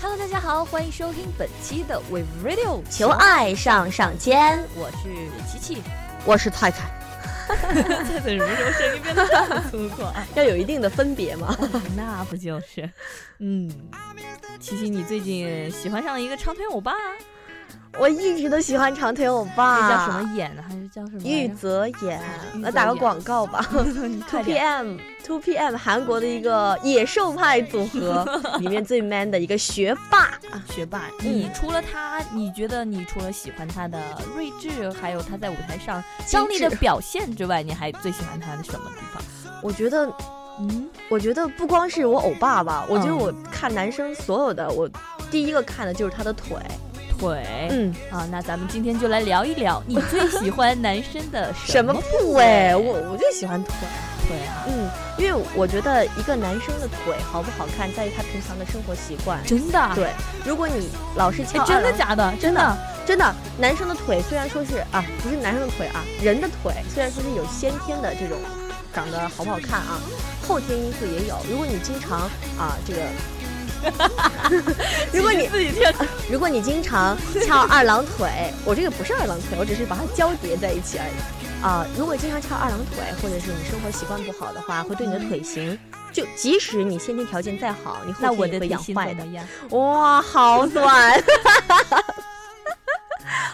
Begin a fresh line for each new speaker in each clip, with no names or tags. Hello，大家好，欢迎收听本期的 We Radio
求，爱上上签，
我是琪琪。
我是太太，
蔡子如这声音变得这么粗犷，
要有一定的分别嘛。
那不就是？嗯，琪琪，你最近喜欢上了一个长腿欧巴， 啊
我一直都喜欢长腿欧
这
巴，
叫什么？演呢？还是叫什么来着？
玉泽演
玉，泽
我打个
演
广告吧。
你快
Two
点
PM Two PM 韩国的一个野兽派组 合，里面最 man 的一个学霸。
学霸，你除了他，你觉得你除了喜欢他的睿智，还有他在舞台上张力的表现之外，你还最喜欢他的什么地方？
我觉得，
嗯，
我觉得不光是我欧巴吧，我觉得
嗯
我看男生所有的，我第一个看的就是他的腿。
腿、
嗯，
啊，那咱们今天就来聊一聊你最喜欢男生 的
什么
么
部位？我我就喜欢腿。
腿啊？
嗯，因为我觉得一个男生的腿好不好看，在于他平常的生活习惯。
真的啊？
对，如果你老是翘
哎，
二
真的
郎
假的？真的？
真的，男生的腿虽然说是啊，不是男生的腿啊，人的腿虽然说是有先天的这种长得好不好看啊，后天因素也有。如果你经常啊这个， 如果你
自己听，
如果你经常翘二郎腿， 我这个不是二郎腿，我只是把它交叠在一起而已。啊，如果你经常翘二郎腿，或者是你生活习惯不好的话，会对你的腿型，就即使你先天条件再好，你
嗯那
后
我
天也
的
会
底
养
薪
坏
怎
的
么。样？
哇，好短！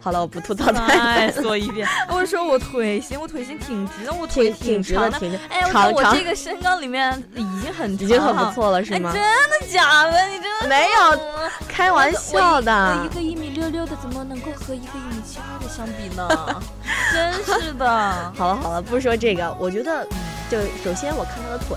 好了，我不吐槽太
再哎说一遍，我说我腿型，我腿型挺直的，我腿
挺挺直
长
的，
的。
挺直，
哎，我看
长
我
长
这个身高里面已经很
已经
长
很不
了
错了，
哎，
是
真
吗？
的假的？你真的
没有，
有？
开玩笑
我一
的。啊
个一米六六的怎么能够和一个一米七二的相比 呢？真是的。
好了好了，不说这个，我觉得就首先我看他的腿，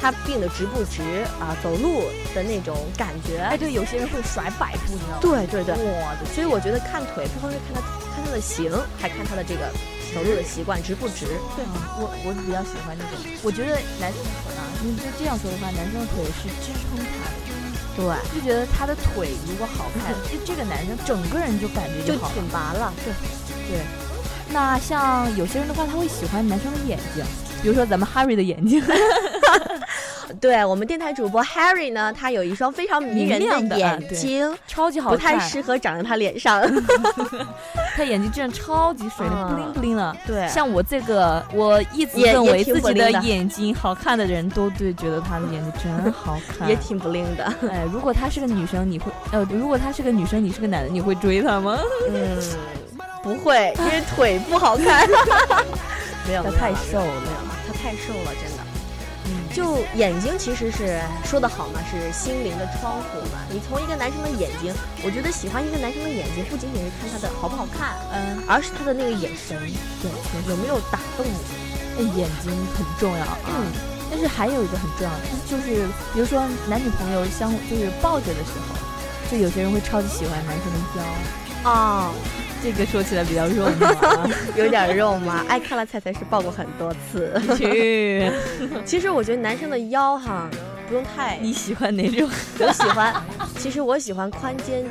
他并的直不直啊，走路的那种感
哎，
觉。
对，有些人会甩摆步，你知道吗？
对对对，
我的
所以我觉得看腿不光是看他看他的型，还看他的这个走路的习惯直不直。
对，我我比较喜欢这种。我觉得男生的腿啊，你就这样说的话，男生的腿是支撑他的，
对，
就觉得他的腿如果好看，这这个男生整个人就感觉
就
好了。
挺拔了。对，
那像有些人的话，他会喜欢男生的眼睛，比如说咱们 Harry 的眼睛，
对我们电台主播 Harry 呢，他有一双非常迷人
明亮的啊
眼睛，
超级好
不
看，
太适合长在他脸上。
他眼睛真的超级水灵，
嗯
不灵不灵的。
对
像我这个，我一直
也
认
也
为
挺
自
不
己的
灵的
眼睛好看的人都对，觉得他的眼睛真好 看。
也挺不灵的。
哎，如果她是个女生，你会呃，如果她是个女生，你是个男的，你会追她吗？
嗯， 不会，因为腿不好看。 没有，
她
啊没有
太
没有
瘦
没有
了，，
他太瘦了，真的。
嗯，
就眼睛其实是说得好嘛，是心灵的窗户嘛。你从一个男生的眼睛，我觉得喜欢一个男生的眼睛，不仅仅是看他的好不好看，
嗯，
而是他的那个眼神
对，确
有没有打动你。
实哎眼睛很重要啊。
嗯，
但是还有一个很重要的，就是比如说男女朋友相互就是抱着的时候，就有些人会超级喜欢男生的腰，
哦，
这个说起来比较肉 麻。啊
有点肉麻。哎，看来菜菜是抱过很多次。
去，
其实我觉得男生的腰哈，不用太，
你喜欢哪种？
我喜 欢。其实我喜欢宽肩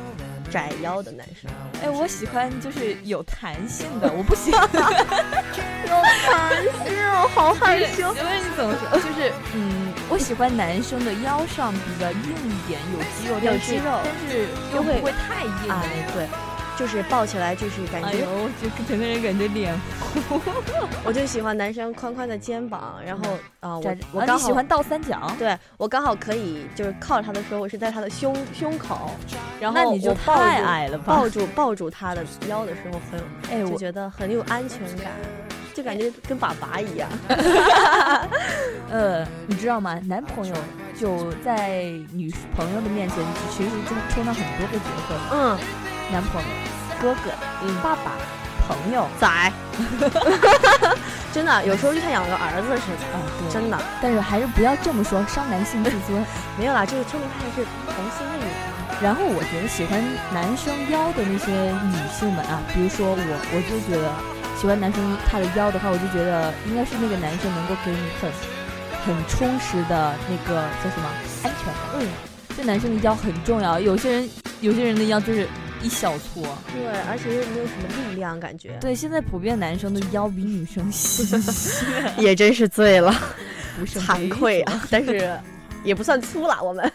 窄腰的男生。
哎，我喜欢就是有弹性的，我不喜欢。
哎呦，好害羞。
因为你怎 么说？就是嗯，我喜欢男生的腰上比较硬一点，有肌肉，
有
但是
肌肉
但是又
又
不
会
会太硬的
哎
那，种。
对，就是抱起来就是感
哎
觉
呦，，我就整个人感觉脸
我就喜欢男生宽宽的肩膀，然后啊、我
窄窄
我
啊
刚
你
好
喜欢倒三角，
对我刚好可以就是靠着他的时候，我是在他的胸胸口，然
那
后
你就
我抱住
太矮了吧？
抱住抱住他的腰的时候很，
哎，
就
我
觉得很有安全感，就感觉跟粑粑一样。
呃，你知道吗？男朋友就在女朋友的面前，其实充充当很多个角色：
嗯，
男朋友、哥哥、
嗯
爸爸、朋友。
仔， 真的有时候就像养了个儿子似
啊
的，，
对，
真的
但是还是不要这么说，伤男性自尊。
没有啦，这个说明他还是同性恋。
然后我觉得喜欢男生腰的那些女性们啊，比如说我，我就觉得喜欢男生他的腰的话，我就觉得应该是那个男生能够给你很很充实的那个叫什么安全感。
嗯，
这男生的腰很重要，有些人有些人的腰就是一小撮。
对，而且又没有什么力量，感觉
对，现在普遍男生的腰比女生细，
也真是醉了，
不胜
惭
杯
愧 啊！但是也不算粗了，我们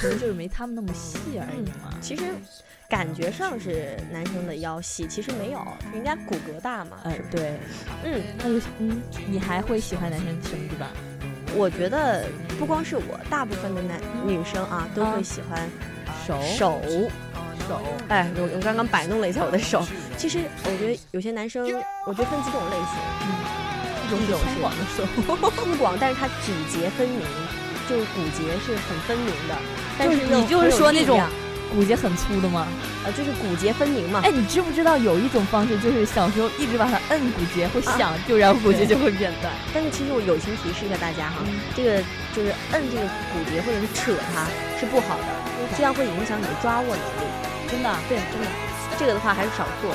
可能就是没他们那么细而已嘛。
其实感觉上是男生的腰细，其实没有，人家骨骼大嘛。
呃，对，
嗯，
那就嗯，你还会喜欢男生什么对吧？
我觉得不光是我，大部分的男女生啊都会喜欢
手
手。
手，
哎，我我刚刚摆弄了一下我的手。其实我觉得有些男生，我觉得分几种类型。
一种
手
粗
是
犷的手，
粗犷，但是它指节分明，就是骨节是很分明的。但
就是是
又
你就是
很有
说
力
那种
量
骨节很粗的吗？
呃，就是骨节分明嘛。
哎，你知不知道有一种方式，就是小时候一直把它摁骨节，会
啊
响，就然后骨节
对
就会变短。
但是其实我友情提示一下大家哈，
嗯
这个就是摁这个骨节或者是扯它是不好的，这样会影响你的抓握能力。
真的啊，
对，真的，这个的话还是少做。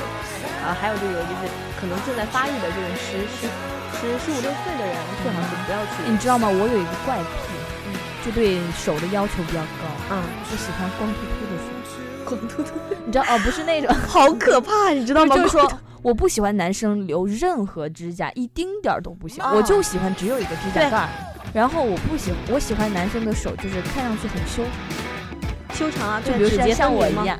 啊，还有这个就是可能正在发育的这种十十十十五六岁的人，最好是不要去。
你知道吗？我有一个怪癖，就对手的要求比较高，
嗯，
我喜欢光秃秃的手。
光秃秃，
你知道哦，不是那种，
好可怕，你知道吗？
就是说。我不喜欢男生留任何指甲，一丁点儿都不行。
啊
我就喜欢只有一个指甲
对
盖儿。然后我不喜欢，我喜欢男生的手就是看上去很修长，
修长啊，
就比
对
如
啊指
说
节
像
分
我
明吗
一样，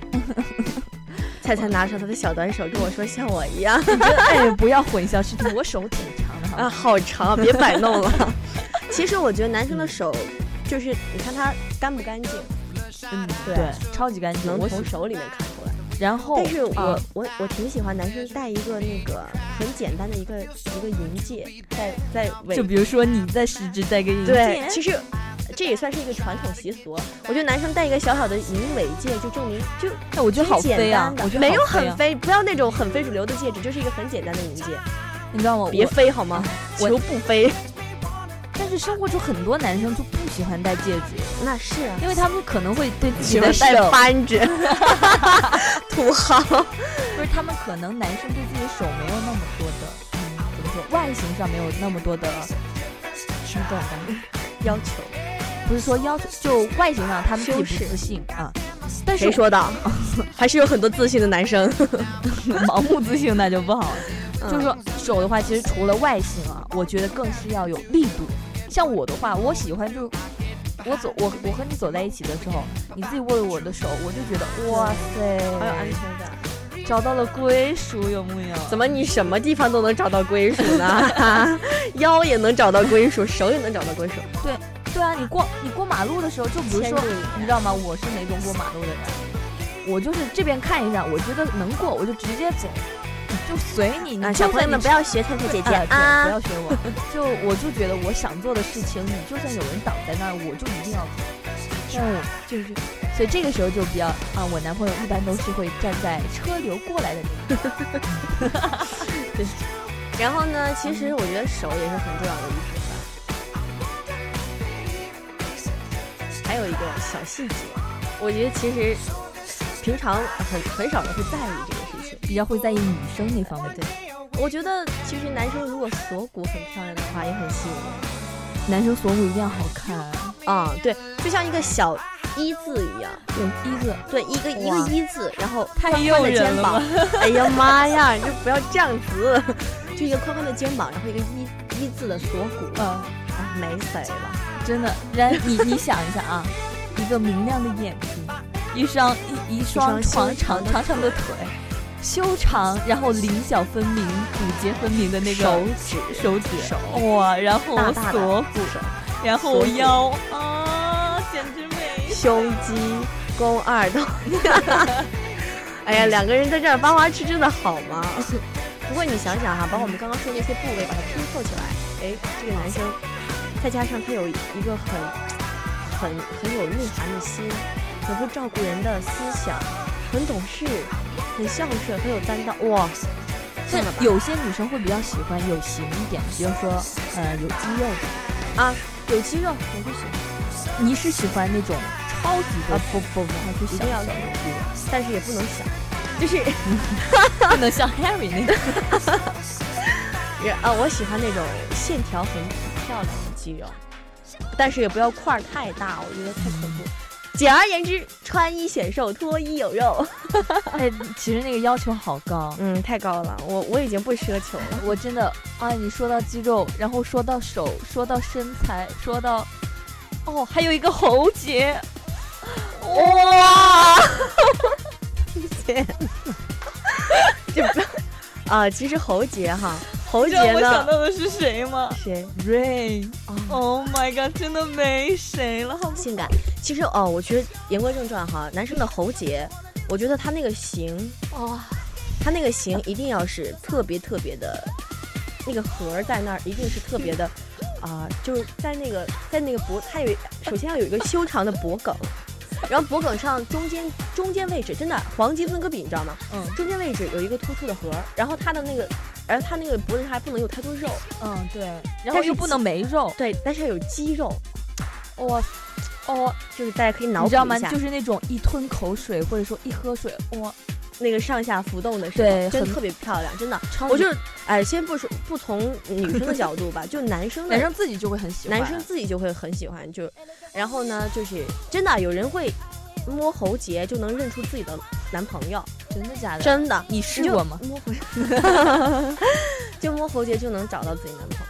菜菜拿出他的小短手跟我说：“像我一样
哎，不要混淆视听，我手挺长的哈。
啊，好长，别摆弄了。” 其实我觉得男生的手，就是你看他干不干净，
嗯，
对
对，超级干净。
能
我
从
喜
手里面看出来。
然后，
但是我、
啊
我我挺喜欢男生戴一个那个很简单的一个一个银戒，在在尾
就比如说你在十指戴个银
对，
戒，
其实这也算是一个传统习俗。我觉得男生戴一个小小的银尾戒，就证明就
哎，我觉得好
挺简
飞啊
单，的，
我觉得
没有
好飞啊
很，非，不要那种很非主流的戒指，就是一个很简单的银戒，
你知道吗？
别
我
飞好吗？
我
求不飞。
但是生活中很多男生就不喜欢戴戒指，
那是啊，
因为他们可能会对自己
喜
的
欢戴
手，
扳指， 土豪。
不是他们可能男生对自己的手没有那么多的，嗯，怎么说，外形上没有那么多的，什么状态？
要求
不是说要求，就外形上他们自己
修饰
不自信啊。但是
谁说的？ 还是有很多自信的男生。
盲目自信那就不好了。
嗯
就是说手的话，其实除了外形啊，我觉得更是要有力度。像我的话，我喜欢就我走我我和你走在一起的时候，你自己握着我的手，我就觉得哇
好有
塞，
安全感。
找到了归属，有木有？
哎怎么你什么地方都能找到归属呢？ 腰也能找到归属，手也能找到归属。
对啊，你过你过马路的时候，就比如说，你知道吗？我是哪种过马路的人？我就是这边看一下，我觉得能过，我就直接走，就随你。你
啊，
就
小朋
算
友
你
们不要学菜菜姐姐
啊，对，不
啊！
要学我。 就我就觉得我想做的事情，你就算有人挡在那儿，我就一定要做。但我嗯就是，所以这个时候就比较啊，我男朋友一般都是会站在车流过来的那一
然后呢，其实我觉得手也是很重要的一部分。还有一个小细节，我觉得其实平常很很少人会在意这个事情。
比较会在意女生那方面。对，
我觉得其实男生如果锁骨很漂亮的话，也很吸引人。
男生锁骨一定要好看，
啊、对，就像一个小一字一样，
有一个
对，一个一
哇
个一字，然后
太
宽宽
诱
的
人
肩
了
膀。哎呀妈呀，你就不要这样子，就一个宽宽的肩膀，然后一个一一字的锁骨，
嗯，
啊，美死了。
真的。然你你想一下啊，一个明亮的眼睛，一双一一双
一双
长
修
长
长的
长长的腿，修长，然后棱角分明、骨节分明的那个
手指
手指，
手
哇，然后
大大的
锁骨，
手
然
锁
后
骨
腰啊，简直美！
胸肌、肱二头。哎呀，两个人在这儿哇哇吃，真的好吗？不过你想想哈、把我们刚刚说那些部位把它拼凑起来，哎，这个男生，再加上他有一个很、很、很有内涵的心，很会照顾人的思想，很懂事，很孝顺，很有担当，哇，
但
算了吧
有些女生会比较喜欢有型一点，比如说呃有肌肉的。
啊，有肌肉我就喜欢，
你是喜欢那种超级多
啊
不不不，还是
一
小
定要
小
有
的
但是也不能小，就是
肌肉，不能像 Harry 那种。
啊，我喜欢那种线条很漂亮的肌肉，但是也不要块儿太大，我觉得太恐怖。简而言之，穿衣显瘦，脱衣有肉。
哎，其实那个要求好高。
嗯，太高了，我我已经不奢求了。
我真的啊，你说到肌肉，然后说到手，说到身材，说到哦，还有一个喉结，
哇！这不啊，其实喉结哈，喉
你
结呢，
到的是谁吗
谁？
？Rain。
哦，
Oh my god，真的没谁了，好吗？
性感。其实哦，我觉得言归正传哈，男生的喉结，我觉得他那个型，
哦，
他那个型一定要是特别特别的，那个核儿在那儿一定是特别 的。啊、就是在那个在那个脖，它有首先要有一个修长的脖梗， 然后脖梗上中间中间位置真的黄金分割比，你知道吗？
嗯
中间位置有一个突出的核儿，然后它的那个，而它那个脖子上还不能有太多肉，
嗯，对，然后
但是
又不能没肉，
对，但是要有肌肉，
哇哦，
就是大家可以脑补
你
一
知道吗？
下
就是那种一吞口水或者说一喝水，哇，
那个上下浮动的时
对
候，真的
很哦
特别漂亮，真的。
超
我
级
就是，哎，先不说不从女生的角度吧，就男生的
男生自己就会很喜欢，啊
男生自己就会很喜欢，就然后呢，就是真的有人会摸喉结就能认出自己的男朋友，
真的假的？
真的。
你试过吗？？
摸喉， 就摸喉结就能找到自己男朋友。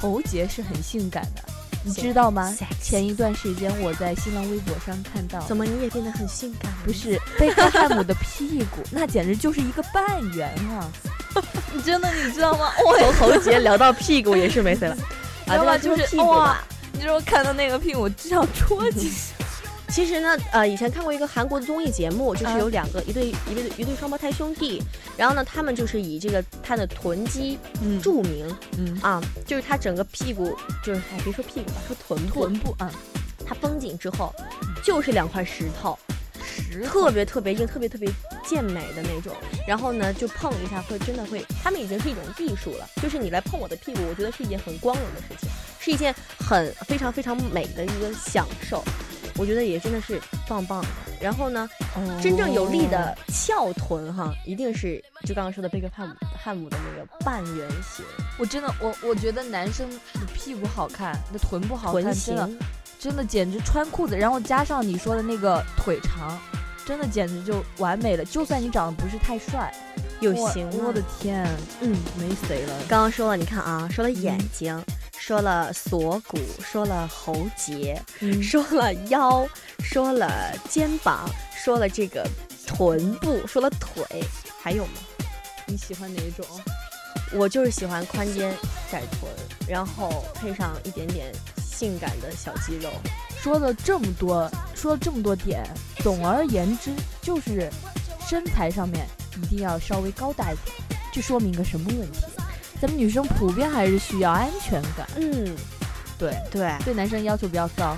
喉结是很性感的，你
性
知道吗
sexy？
前一段时间我在新浪微博上看到，
怎么你也变得很性感了？
不 是贝克汉姆的屁股， 那简直就是一个半圆啊！你 真的你知道吗？哇、
从喉结聊到屁股也是没 谁了。啊，
要不然
这个
就是
屁股吧
哇你知道我看到那个屁股，我就想戳进去。
其实呢，呃，以前看过一个韩国的综艺节目，就是
嗯
有两个、一对一对一对双胞胎兄弟，然后呢，他们就是以这个他的臀肌
嗯
著名
嗯，
啊，就是他整个屁股，就是哎，别说屁股吧，说臀部，
臀部啊，
它绷紧之后，就是两块石头，
石
特别特别硬，特别特别健美的那种。然后呢，就碰一下会真的会，他们已经是一种艺术了，就是你来碰我的屁股，我觉得是一件很光荣的事情，是一件很非常非常美的一个享受。我觉得也真的是棒棒的。然后呢，
哦
真正有力的翘臀哈，一定是就刚刚说的贝克汉姆汉姆的那个半圆形
我真的我我觉得男生的屁股好看，那臀部好看，
臀
真的
形。
真的简直穿裤子，然后加上你说的那个腿长，真的简直就完美了。就算你长得不是太帅，
有
我
型
我
吗
的天，
嗯。
没谁了。
刚刚说了，你看啊，说了眼
嗯
睛，说了锁骨，说了喉结，
嗯
说了腰，说了肩膀，说了这个臀部，说了腿，还有吗？
你喜欢哪一种？
我就是喜欢宽肩窄臀，然后配上一点点性感的小肌肉。
说了这么多，说了这么多点，总而言之就是，身材上面一定要稍微高大一点。这说明个什么问题？咱们女生普遍还是需要安全感，
嗯，
对，
对。
对男生要求比较高。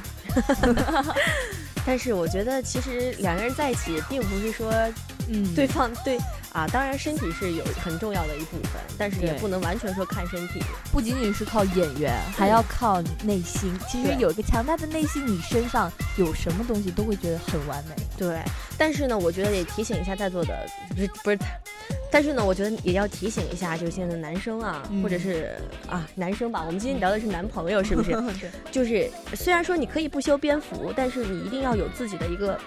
但是我觉得，其实两个人在一起，并不是说
嗯，
对，方对啊，当然身体是有很重要的一部分，但是也
对
不能完全说看身体。
不仅仅是靠眼缘，还要靠内心。其实
对
有一个强大的内心，你身上有什么东西都会觉得很完美。
对，但是呢，我觉得也提醒一下在座的，不是不是，但是呢，我觉得也要提醒一下，就是现在的男生啊，
嗯
或者是啊男生吧，我们今天聊的是男朋友，是 不 是？
对，
就是虽然说你可以不修边幅，但是你一定要有自己的一个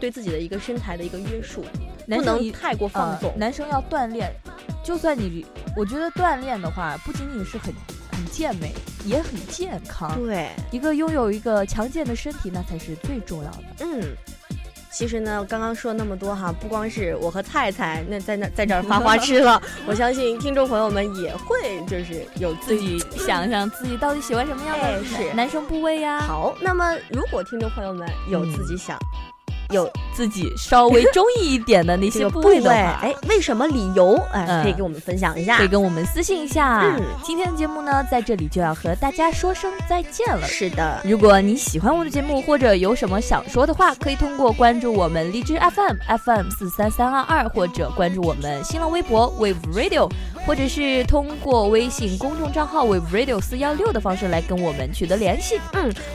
对自己的一个身材的一个约束，
男
不
生
能
一
太过放纵
呃。男生要锻炼，就算你，我觉得锻炼的话，不仅仅是很很健美，也很健康。
对，
一个拥有一个强健的身体，那才是最重要的。
嗯。其实呢，刚刚说了那么多哈，不光是我和菜菜那在那在这儿发花痴 了，我相信听众朋友们也会就是有自己
想想自己到底喜欢什么样
哎
的
是
男生部位呀，
好，那么如果听众朋友们有自己想、有
自己稍微中意一点的那
这
些
个
部
部
位
位，
的 话，
哎，为什么理由？哎、
嗯
可以给我们分享一下
可以。跟我们私信一下
嗯。
今天的节目呢，在这里就要和大家说声再见了。
是的，
如果你喜欢我的节目，或者有什么想说的话，可以通过关注我们荔枝 FM FM 四三三二二，或者关注我们新浪微博 Wave Radio，或者是通过微信公众账号 Wave Radio 四幺六的方式来跟我们取得联系。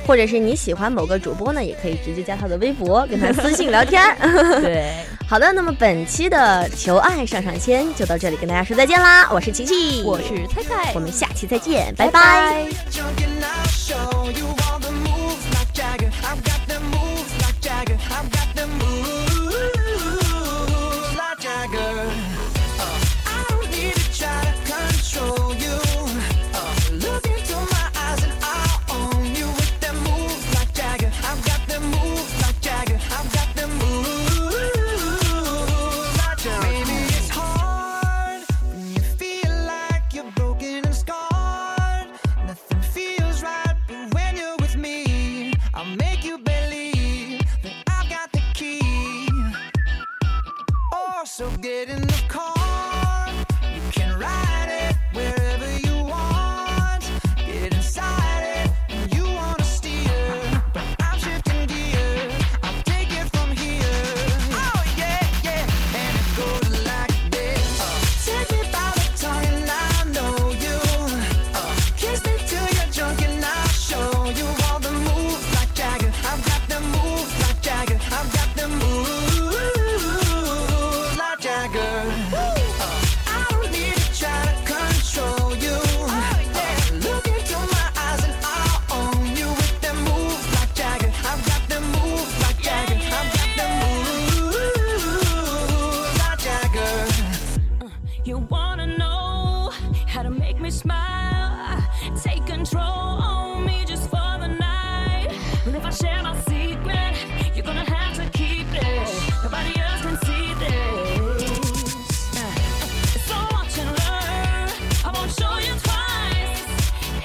或者是你喜欢某个主播呢，也可以直接加他的微博，跟他私信聊天儿。
对，
好的，那么本期的求爱上上签就到这里，跟大家说再见啦！我是琪琪，
我是菜菜，
我们下期再见，
拜
拜拜
拜
Junk and I'll show you all the moves like Jagger. I've got them Uh, I'll make you believe that I've got the key. Or so get in the car. You can ride it wherever you want. Get inside it when you wanna steer. But I'm shifting gears. I'll take it from here. Oh yeah, yeah. And it goes like this. Take me by the tongue and I know you. Kiss me till you're drunk and I'll show you all the moves like Jagger. I've got the moves like Jagger. I've got the moves like Jagger. I don't need to try to control you. Look into my eyes and I'll own you with the moves like Jagger. I've got the moves like Jagger. I've got the moves like Jagger.
You wanna know how to make me smile? Take control on me just for the night. And if I share my secret, you're gonna have to keep it. Nobody else can see this. So watch and learn. I won't show you twice.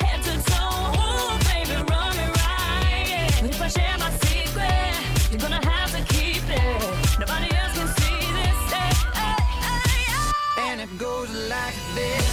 Head to toe, ooh, baby, run me right. And if I share my secret, you're gonna have to keep it. Nobody else can see this. Hey, hey, hey, hey.
and it goes like this. Uh. Uh.